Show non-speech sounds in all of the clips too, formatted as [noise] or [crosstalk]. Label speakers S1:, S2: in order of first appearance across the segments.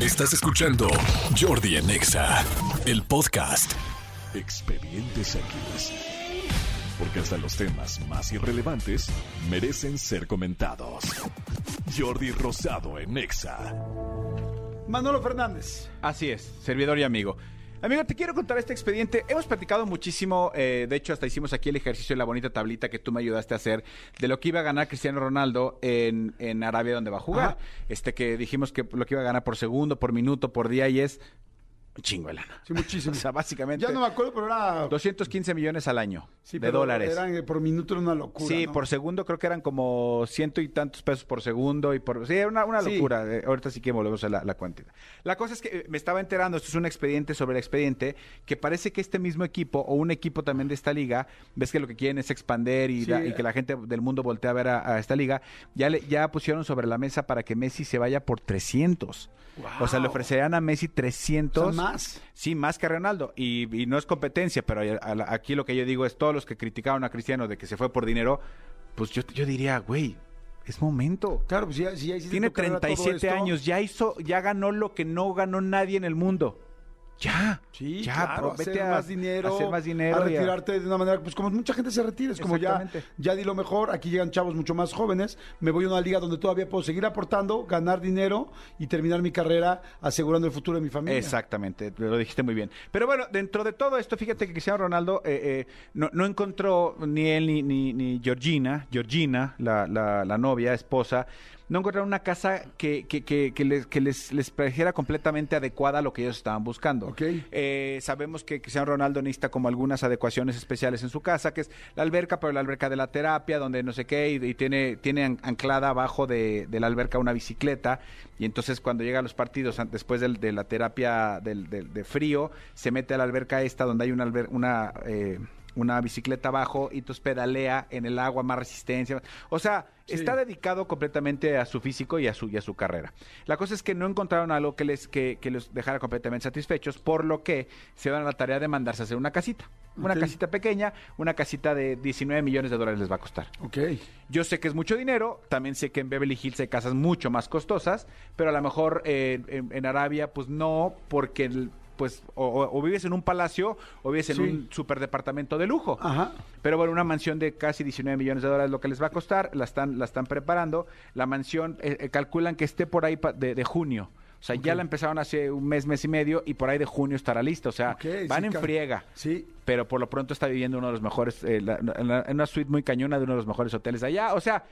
S1: Estás escuchando Jordi en Exa, el podcast.
S2: Expedientes X. Porque hasta los temas más irrelevantes merecen ser comentados. Jordi Rosado en Exa.
S3: Manolo Fernández.
S4: Así es, servidor y amigo. Amigo, te quiero contar este expediente. Hemos platicado muchísimo, eh, de hecho hasta hicimos aquí el ejercicio de la bonita tablita que tú me ayudaste a hacer de lo que iba a ganar Cristiano Ronaldo en, en Arabia donde va a jugar.
S3: Ajá.
S4: Este que dijimos que lo que iba a ganar por segundo, por minuto, por día y es un chingo de lana.
S3: Sí, muchísimo.
S4: [laughs] O sea, básicamente
S3: Ya no me acuerdo, pero era.
S4: 215 millones al año
S3: sí,
S4: de
S3: pero
S4: dólares.
S3: Eran, eh, por minuto era una locura.
S4: Sí,
S3: ¿no?
S4: por segundo creo que eran como ciento y tantos pesos por segundo y por... Sí, era una, una
S3: Sí.
S4: locura. Eh, ahorita sí que volvemos a la, la cuantía. La cosa es que eh, me estaba enterando, esto es un expediente sobre el expediente, que parece que este mismo equipo o un equipo también de esta liga, ves que lo que quieren es expander y,
S3: Sí,
S4: la- y
S3: eh.
S4: que la gente del mundo voltee a ver a, a esta liga, ya, le, ya pusieron sobre la mesa para que Messi se vaya por 300. O sea, le
S3: Wow.
S4: ofrecerán a Messi
S3: O
S4: 300
S3: sea, más.
S4: Sí, más que a Ronaldo. Y, y no es competencia, pero a- a- aquí lo que yo digo es todos los que criticaron a Cristiano de que se fue por dinero, pues yo, yo diría, güey, es momento.
S3: Claro, pues ya, si ya hiciste
S4: Tiene
S3: tu carrera, todo
S4: 37
S3: esto.
S4: años, ya hizo, ya ganó lo que no ganó nadie en el mundo. Ya.
S3: Sí,
S4: ya,
S3: claro,
S4: pro- vete
S3: hacer
S4: a-
S3: más dinero,
S4: a hacer más dinero.
S3: a
S4: y a-
S3: retirarte de una manera, pues como mucha gente se retira, es como ya,
S4: Exactamente.
S3: ya di lo mejor, aquí llegan chavos mucho más jóvenes, me voy a una liga donde todavía puedo seguir aportando, ganar dinero y terminar mi carrera asegurando el futuro de mi familia.
S4: Exactamente, lo dijiste muy bien. Pero bueno, dentro de todo esto, fíjate que Cristiano Ronaldo eh, eh, no, no encontró ni él ni, ni, ni Georgina, Georgina, la, la- la novia, esposa, no encontraron una casa que, que- que- que les, que les, les pareciera completamente adecuada a lo que ellos estaban buscando.
S3: Ok.
S4: Eh, sabemos que Cristiano Ronaldo necesita como algunas adecuaciones especiales en su casa, que es la alberca, pero la alberca de la terapia, donde no sé qué, y, y tiene, tiene an- anclada abajo de, de la alberca una bicicleta, y entonces cuando llega a los partidos, an- después del- de, la terapia del- del- de frío, se mete a la alberca esta, donde hay una, alber- una, eh, una bicicleta abajo, y entonces pedalea en el agua, más resistencia. O sea,
S3: Sí.
S4: está dedicado completamente a su físico y a su, y a su carrera. La cosa es que no encontraron algo que les, que, que los dejara completamente satisfechos, por lo que se van a la tarea de mandarse a hacer una casita. Una
S3: Ok.
S4: casita pequeña, una casita de 19 millones de dólares les va a costar.
S3: Ok.
S4: Yo sé que es mucho dinero, también sé que en Beverly Hills hay casas mucho más costosas, pero a lo mejor eh, en, en Arabia, pues no, porque el- pues o, o- o vives en un palacio o vives en
S3: Sí.
S4: un superdepartamento de lujo.
S3: Ajá.
S4: Pero bueno, una mansión de casi 19 millones de dólares lo que les va a costar, la están, la están preparando. La mansión eh, eh, calculan que esté por ahí pa- de, de junio. O sea, ya la empezaron hace un mes, mes y medio y por ahí de junio estará lista. O sea,
S3: Ok,
S4: van
S3: sí,
S4: en
S3: ca-
S4: friega.
S3: Sí.
S4: Pero por lo pronto está viviendo uno de los mejores, eh, la- en la- en una suite muy cañona de uno de los mejores hoteles de allá. O sea,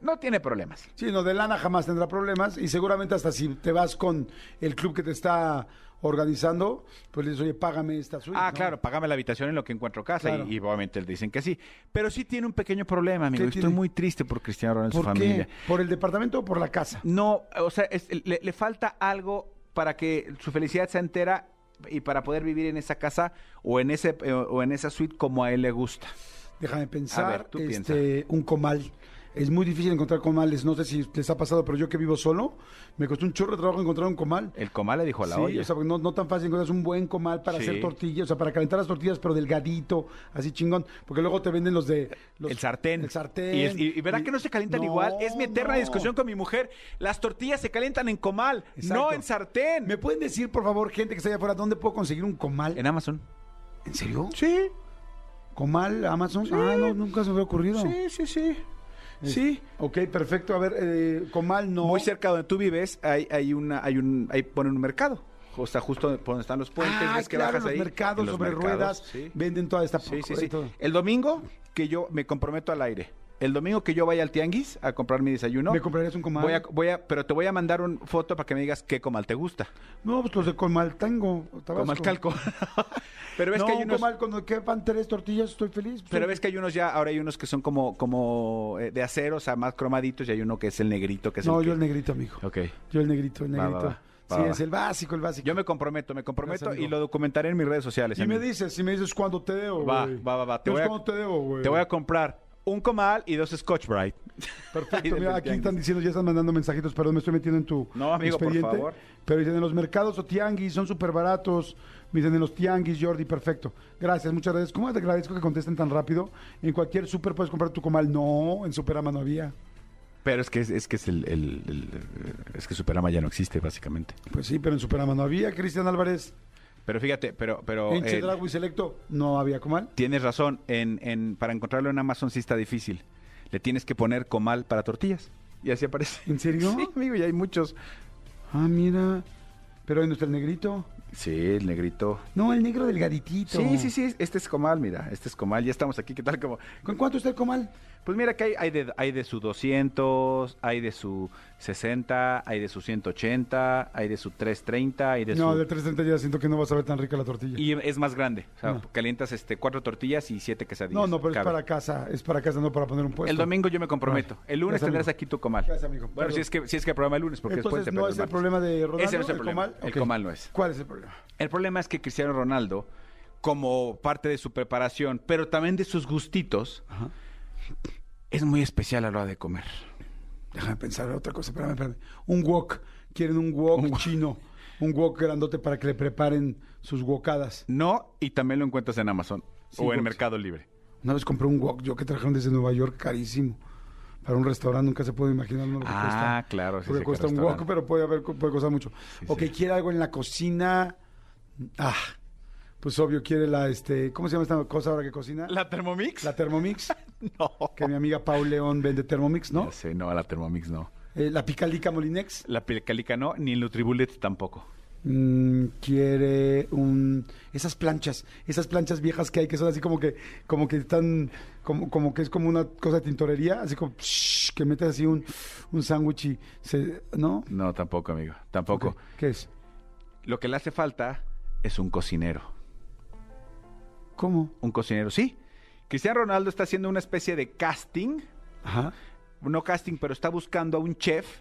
S4: no tiene problemas.
S3: Sí, no, de lana jamás tendrá problemas y seguramente hasta si te vas con el club que te está organizando, pues le dices, oye, págame esta suite.
S4: Ah,
S3: ¿no?
S4: claro, págame la habitación en lo que encuentro casa y-
S3: Claro.
S4: y, obviamente le dicen que sí. Pero sí tiene un pequeño problema, amigo.
S3: ¿Qué
S4: Estoy
S3: tiene?
S4: muy triste por Cristiano Ronaldo y su
S3: ¿Por
S4: familia.
S3: qué? ¿Por el departamento o por la casa?
S4: No, o sea, es- le, le falta algo para que su felicidad sea entera y para poder vivir en esa casa o en ese eh, o en esa suite como a él le gusta.
S3: Déjame pensar.
S4: A ver, tú piensa.
S3: este, Un comal. Es muy difícil encontrar comales. No sé si les ha pasado, pero yo que vivo solo, me costó un chorro de trabajo encontrar un comal.
S4: El comal le dijo a la
S3: sí,
S4: olla.
S3: o sea, porque no, no tan fácil encontrar un buen comal para
S4: Sí.
S3: hacer tortillas, o sea, para calentar las tortillas, pero delgadito, así chingón. Porque luego te venden los de. los-
S4: el sartén.
S3: El sartén.
S4: Y, es- y- y verá que no se calientan igual. Es mi eterna
S3: no.
S4: discusión con mi mujer. Las tortillas se calientan en comal,
S3: Exacto.
S4: no en sartén.
S3: ¿Me pueden decir, por favor, gente que está allá afuera, dónde puedo conseguir un comal?
S4: En Amazon.
S3: ¿En serio?
S4: Sí,
S3: ¿Comal? ¿Amazon? Ah, no, nunca se me había ocurrido.
S4: sí, sí. Sí.
S3: Ok, perfecto. A ver, eh, comal no.
S4: Muy cerca donde tú vives hay, hay una hay un ahí ponen un mercado. O sea, justo por donde están los puentes,
S3: Ah,
S4: ves que
S3: claro,
S4: bajas
S3: los
S4: ahí.
S3: mercados
S4: En los
S3: sobre
S4: mercados,
S3: ruedas
S4: sí.
S3: venden toda esta
S4: Sí, sí,
S3: y
S4: sí.
S3: todo.
S4: El domingo que yo me comprometo al aire. El domingo que yo vaya al tianguis a comprar mi desayuno.
S3: ¿Me comprarías un comal?
S4: Voy a, voy a, pero te voy a mandar una foto para que me digas qué comal te gusta.
S3: No, pues los de Comaltango. Tabasco.
S4: Comalcalco. [laughs] pero ves
S3: no,
S4: que hay
S3: un
S4: unos.
S3: comal cuando quepan tres tortillas, estoy feliz.
S4: Pero ves que hay unos ya, ahora hay unos que son como, como eh, de acero, o sea, más cromaditos, y hay uno que es el negrito, que es
S3: No,
S4: el
S3: yo
S4: que-
S3: el negrito, amigo.
S4: Ok.
S3: Yo el negrito,
S4: Va,
S3: el
S4: va,
S3: negrito.
S4: va. Va,
S3: sí,
S4: va.
S3: es el básico, el básico.
S4: Yo me comprometo, me comprometo
S3: Gracias,
S4: y
S3: amigo.
S4: lo documentaré en mis redes sociales.
S3: Y me
S4: amigo.
S3: dices, si me dices cuándo te debo,
S4: Va,
S3: güey.
S4: va, va, va. Te
S3: Entonces,
S4: voy a-
S3: ¿cuándo te debo, güey?
S4: Te voy a comprar un comal y dos Scotch Brite. [laughs] Ahí
S3: Perfecto,
S4: del
S3: mira, aquí
S4: tianguis.
S3: están diciendo, ya están mandando mensajitos, perdón, me estoy metiendo en tu
S4: No, amigo, por
S3: expediente.
S4: favor.
S3: Pero dicen, en los mercados o tianguis son súper baratos. Me dicen, en los tianguis, Jordi, perfecto. Gracias, muchas gracias. ¿Cómo te agradezco que contesten tan rápido? En cualquier súper puedes comprar tu comal. No, en Superama no había.
S4: Pero es que es, es que es el, el- el- es que Superama ya no existe básicamente.
S3: Pues sí, pero en Superama no había. Cristian Álvarez
S4: Pero fíjate, pero pero
S3: en
S4: eh,
S3: Chedragui Selecto no había comal.
S4: tienes razón, en, en- para encontrarlo en Amazon sí está difícil. Le tienes que poner comal para tortillas y así aparece.
S3: [laughs] ¿En serio?
S4: Sí, amigo, y hay muchos.
S3: Ah, mira. Pero ahí no está el negrito.
S4: Sí, el negrito.
S3: No, el negro delgaditito.
S4: Sí, sí, sí, este es comal, mira, este es comal, ya estamos aquí, ¿qué tal? Como,
S3: ¿Con cuánto está el comal?
S4: Pues mira que hay, hay, de, hay de su 200, hay de su 60, hay de su 180, hay de su 330, hay de
S3: no,
S4: su...
S3: de 330 ya siento que no vas a ver tan rica la tortilla.
S4: Y es más grande. O sea,
S3: No.
S4: calientas este cuatro tortillas y siete quesadillas.
S3: Ah. No, no, pero
S4: Cabe.
S3: es para casa. Es para casa, no para poner un puesto.
S4: El domingo yo me comprometo. El lunes
S3: Gracias,
S4: tendrás
S3: amigo.
S4: aquí tu comal.
S3: Gracias, amigo.
S4: Bueno,
S3: Perdón.
S4: si es que si es que programa el lunes, porque después
S3: Entonces
S4: te
S3: no es el problema de Ronaldo.
S4: Ese no es el problema.
S3: Comal?
S4: El
S3: Ok.
S4: comal no es.
S3: ¿Cuál es el problema?
S4: El problema es que Cristiano Ronaldo, como parte de su preparación, pero también de sus gustitos,
S3: Ajá.
S4: es muy especial a la hora de comer.
S3: Déjame pensar en otra cosa. Espérame, espérame. Un wok. Quieren un wok chino. Un wok grandote para que le preparen sus wokadas.
S4: No, y también lo encuentras en Amazon
S3: Sí,
S4: o en
S3: Vox.
S4: Mercado Libre.
S3: Una vez compré un wok yo que trajeron desde Nueva York carísimo. Para un restaurante nunca se puede imaginar ¿no? lo que
S4: Ah,
S3: cuesta.
S4: claro, sí,
S3: Porque
S4: sé qué
S3: cuesta un wok,
S4: restaurante.
S3: pero puede, haber, puede costar mucho. o que
S4: sí.
S3: quiere algo en la cocina. Ah, pues obvio, quiere la, este, ¿cómo se llama esta cosa ahora que cocina?
S4: ¿La Thermomix?
S3: La Thermomix.
S4: [laughs] no.
S3: que mi amiga Pau León vende Thermomix, ¿no?
S4: Ya sé, no, la Thermomix no.
S3: Eh, la Picalica Molinex.
S4: La Picalica no, ni el Nutribullet tampoco.
S3: Mm, quiere un esas planchas, esas planchas viejas que hay que son así como que como que están como como que es como una cosa de tintorería, así como psh, que metes así un un sándwich y se ¿no?
S4: No, tampoco, amigo. Tampoco.
S3: Ok, ¿Qué es?
S4: Lo que le hace falta es un cocinero.
S3: ¿Cómo?
S4: Un cocinero, sí. Cristiano Ronaldo está haciendo una especie de casting.
S3: Ajá.
S4: No casting, pero está buscando a un chef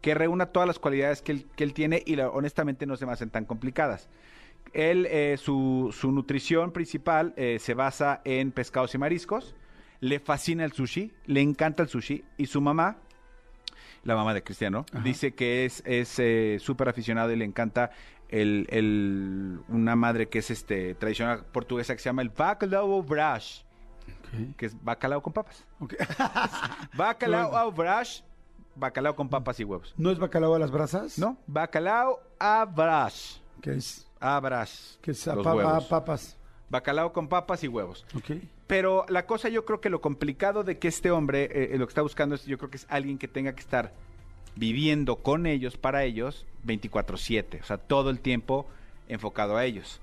S4: que reúna todas las cualidades que él, que él tiene y la- honestamente no se me hacen tan complicadas. Él, eh, su, su nutrición principal eh, se basa en pescados y mariscos. Le fascina el sushi, le encanta el sushi. Y su mamá, la mamá de Cristiano, dice que es, es eh, súper aficionado y le encanta el, el- una madre que es este tradicional portuguesa que se llama el bacalao au brash, que es bacalao con papas.
S3: Ok. [laughs]
S4: Bacalao
S3: Claro.
S4: au brash, bacalao con papas y huevos.
S3: ¿No es bacalao a las brasas?
S4: ¿No? Bacalao a brash.
S3: ¿Qué es?
S4: A brash.
S3: ¿Qué es? A
S4: Los
S3: pa- a
S4: huevos.
S3: papas.
S4: Bacalao con papas y huevos.
S3: Ok.
S4: Pero la cosa yo creo que lo complicado de que este hombre eh, eh, lo que está buscando es yo creo que es alguien que tenga que estar viviendo con ellos, para ellos, 24/7, o sea, todo el tiempo enfocado a ellos.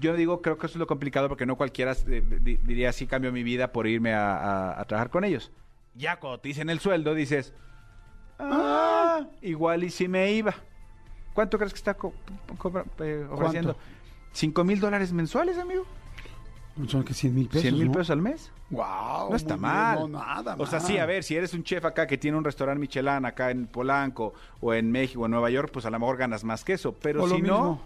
S4: Yo digo, creo que eso es lo complicado porque no cualquiera eh, di- diría, sí cambio mi vida por irme a, a- a trabajar con ellos. Ya cuando te dicen el sueldo, dices, ah, igual y si me iba. ¿Cuánto crees que está co- cobra- eh, ofreciendo?
S3: ¿Cuánto?
S4: ¿Cinco mil dólares mensuales, amigo?
S3: Son que 100 mil pesos.
S4: ¿Cien mil
S3: ¿no?
S4: pesos al mes?
S3: Wow.
S4: No está mal.
S3: No, nada
S4: O sea,
S3: mal.
S4: sí, a ver, si eres un chef acá que tiene un restaurante Michelin acá en Polanco o en México o en Nueva York, pues a lo mejor ganas más que eso. Pero
S3: O lo
S4: si no,
S3: mismo.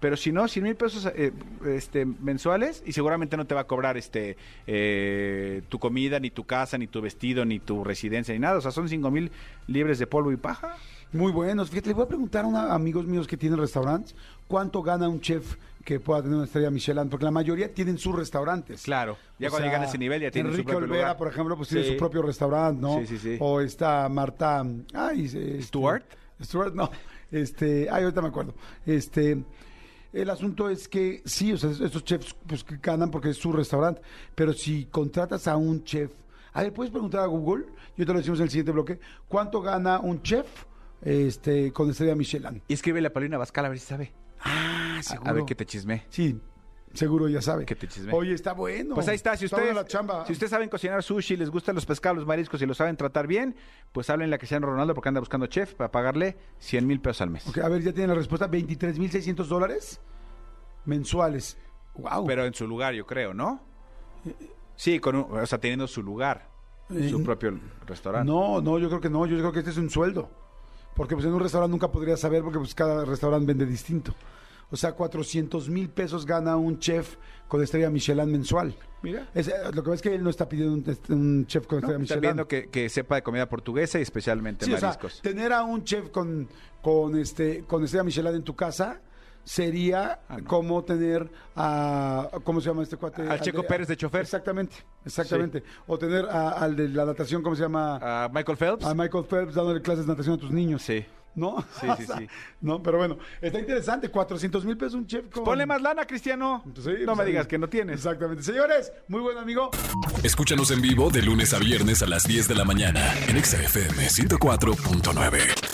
S4: pero si no, 100 mil pesos eh, este, mensuales y seguramente no te va a cobrar este eh, tu comida, ni tu casa, ni tu vestido, ni tu residencia, ni nada. O sea, son 5 mil libres de polvo y paja.
S3: Muy buenos. Fíjate, le voy a preguntar a una- amigos míos que tienen restaurantes cuánto gana un chef que pueda tener una estrella Michelin, porque la mayoría tienen sus restaurantes.
S4: Claro. Ya
S3: O
S4: cuando
S3: sea,
S4: llegan a ese nivel ya tienen su
S3: Enrique
S4: propio
S3: Olvera,
S4: lugar.
S3: por ejemplo, pues tiene
S4: Sí.
S3: su propio restaurante, ¿no?
S4: Sí, sí, sí.
S3: O está Marta. Ay, este-
S4: ¿Stuart?
S3: Stuart, no. Este, ay, ahorita me acuerdo. Este. El asunto es que sí, o sea, estos chefs pues que ganan porque es su restaurante, pero si contratas a un chef, a ver, puedes preguntar a Google, yo te lo decimos en el siguiente bloque, ¿cuánto gana un chef este con estrella Michelin?
S4: Y escríbele a Paulina Bascal a ver si sabe.
S3: Ah,
S4: A- A ver qué te chisme.
S3: Sí, seguro ya sabe.
S4: Que te chisme.
S3: Oye, está bueno.
S4: Pues ahí está, si
S3: buena
S4: ustedes,
S3: la chamba.
S4: si ustedes saben cocinar sushi, les gustan los pescados, los mariscos y lo saben tratar bien, pues háblenle a Cristiano Ronaldo porque anda buscando chef para pagarle 100 mil pesos al mes.
S3: Ok, a ver, ya tiene la respuesta, 23.600 dólares mensuales. Wow.
S4: Pero en su lugar, yo creo, ¿no? Sí, con un- o sea, teniendo su lugar,
S3: Eh,
S4: su propio restaurante.
S3: No, no, yo creo que no, yo creo que este es un sueldo. Porque pues en un restaurante nunca podría saber porque pues cada restaurante vende distinto. O sea, 400 mil pesos gana un chef con estrella Michelin mensual.
S4: Mira.
S3: Es, eh, lo que pasa es que él no está pidiendo un, este, un chef con
S4: No,
S3: estrella
S4: Están
S3: Michelin.
S4: viendo que, que sepa de comida portuguesa y especialmente
S3: Sí, o sea,
S4: mariscos.
S3: tener a un chef con, con, este, con estrella Michelin en tu casa sería
S4: Ah, no.
S3: como tener a. ¿Cómo se llama este cuate?
S4: Al Checo
S3: de-
S4: Pérez de chofer.
S3: Exactamente, exactamente. O tener a- al de la natación, ¿cómo se llama?
S4: Ah, Michael Phelps.
S3: A Michael Phelps dándole clases de natación a tus niños.
S4: sí.
S3: ¿No? [laughs]
S4: Sí, sí, sí.
S3: No, pero bueno, está interesante. 400 mil pesos un chef con...
S4: Ponle más lana, Cristiano.
S3: Pues sí,
S4: no
S3: pues
S4: me
S3: ahí.
S4: digas que no tienes.
S3: Exactamente. Señores, muy buen amigo.
S1: Escúchanos en vivo de lunes a viernes a las 10 de la mañana en Exa FM 104.9.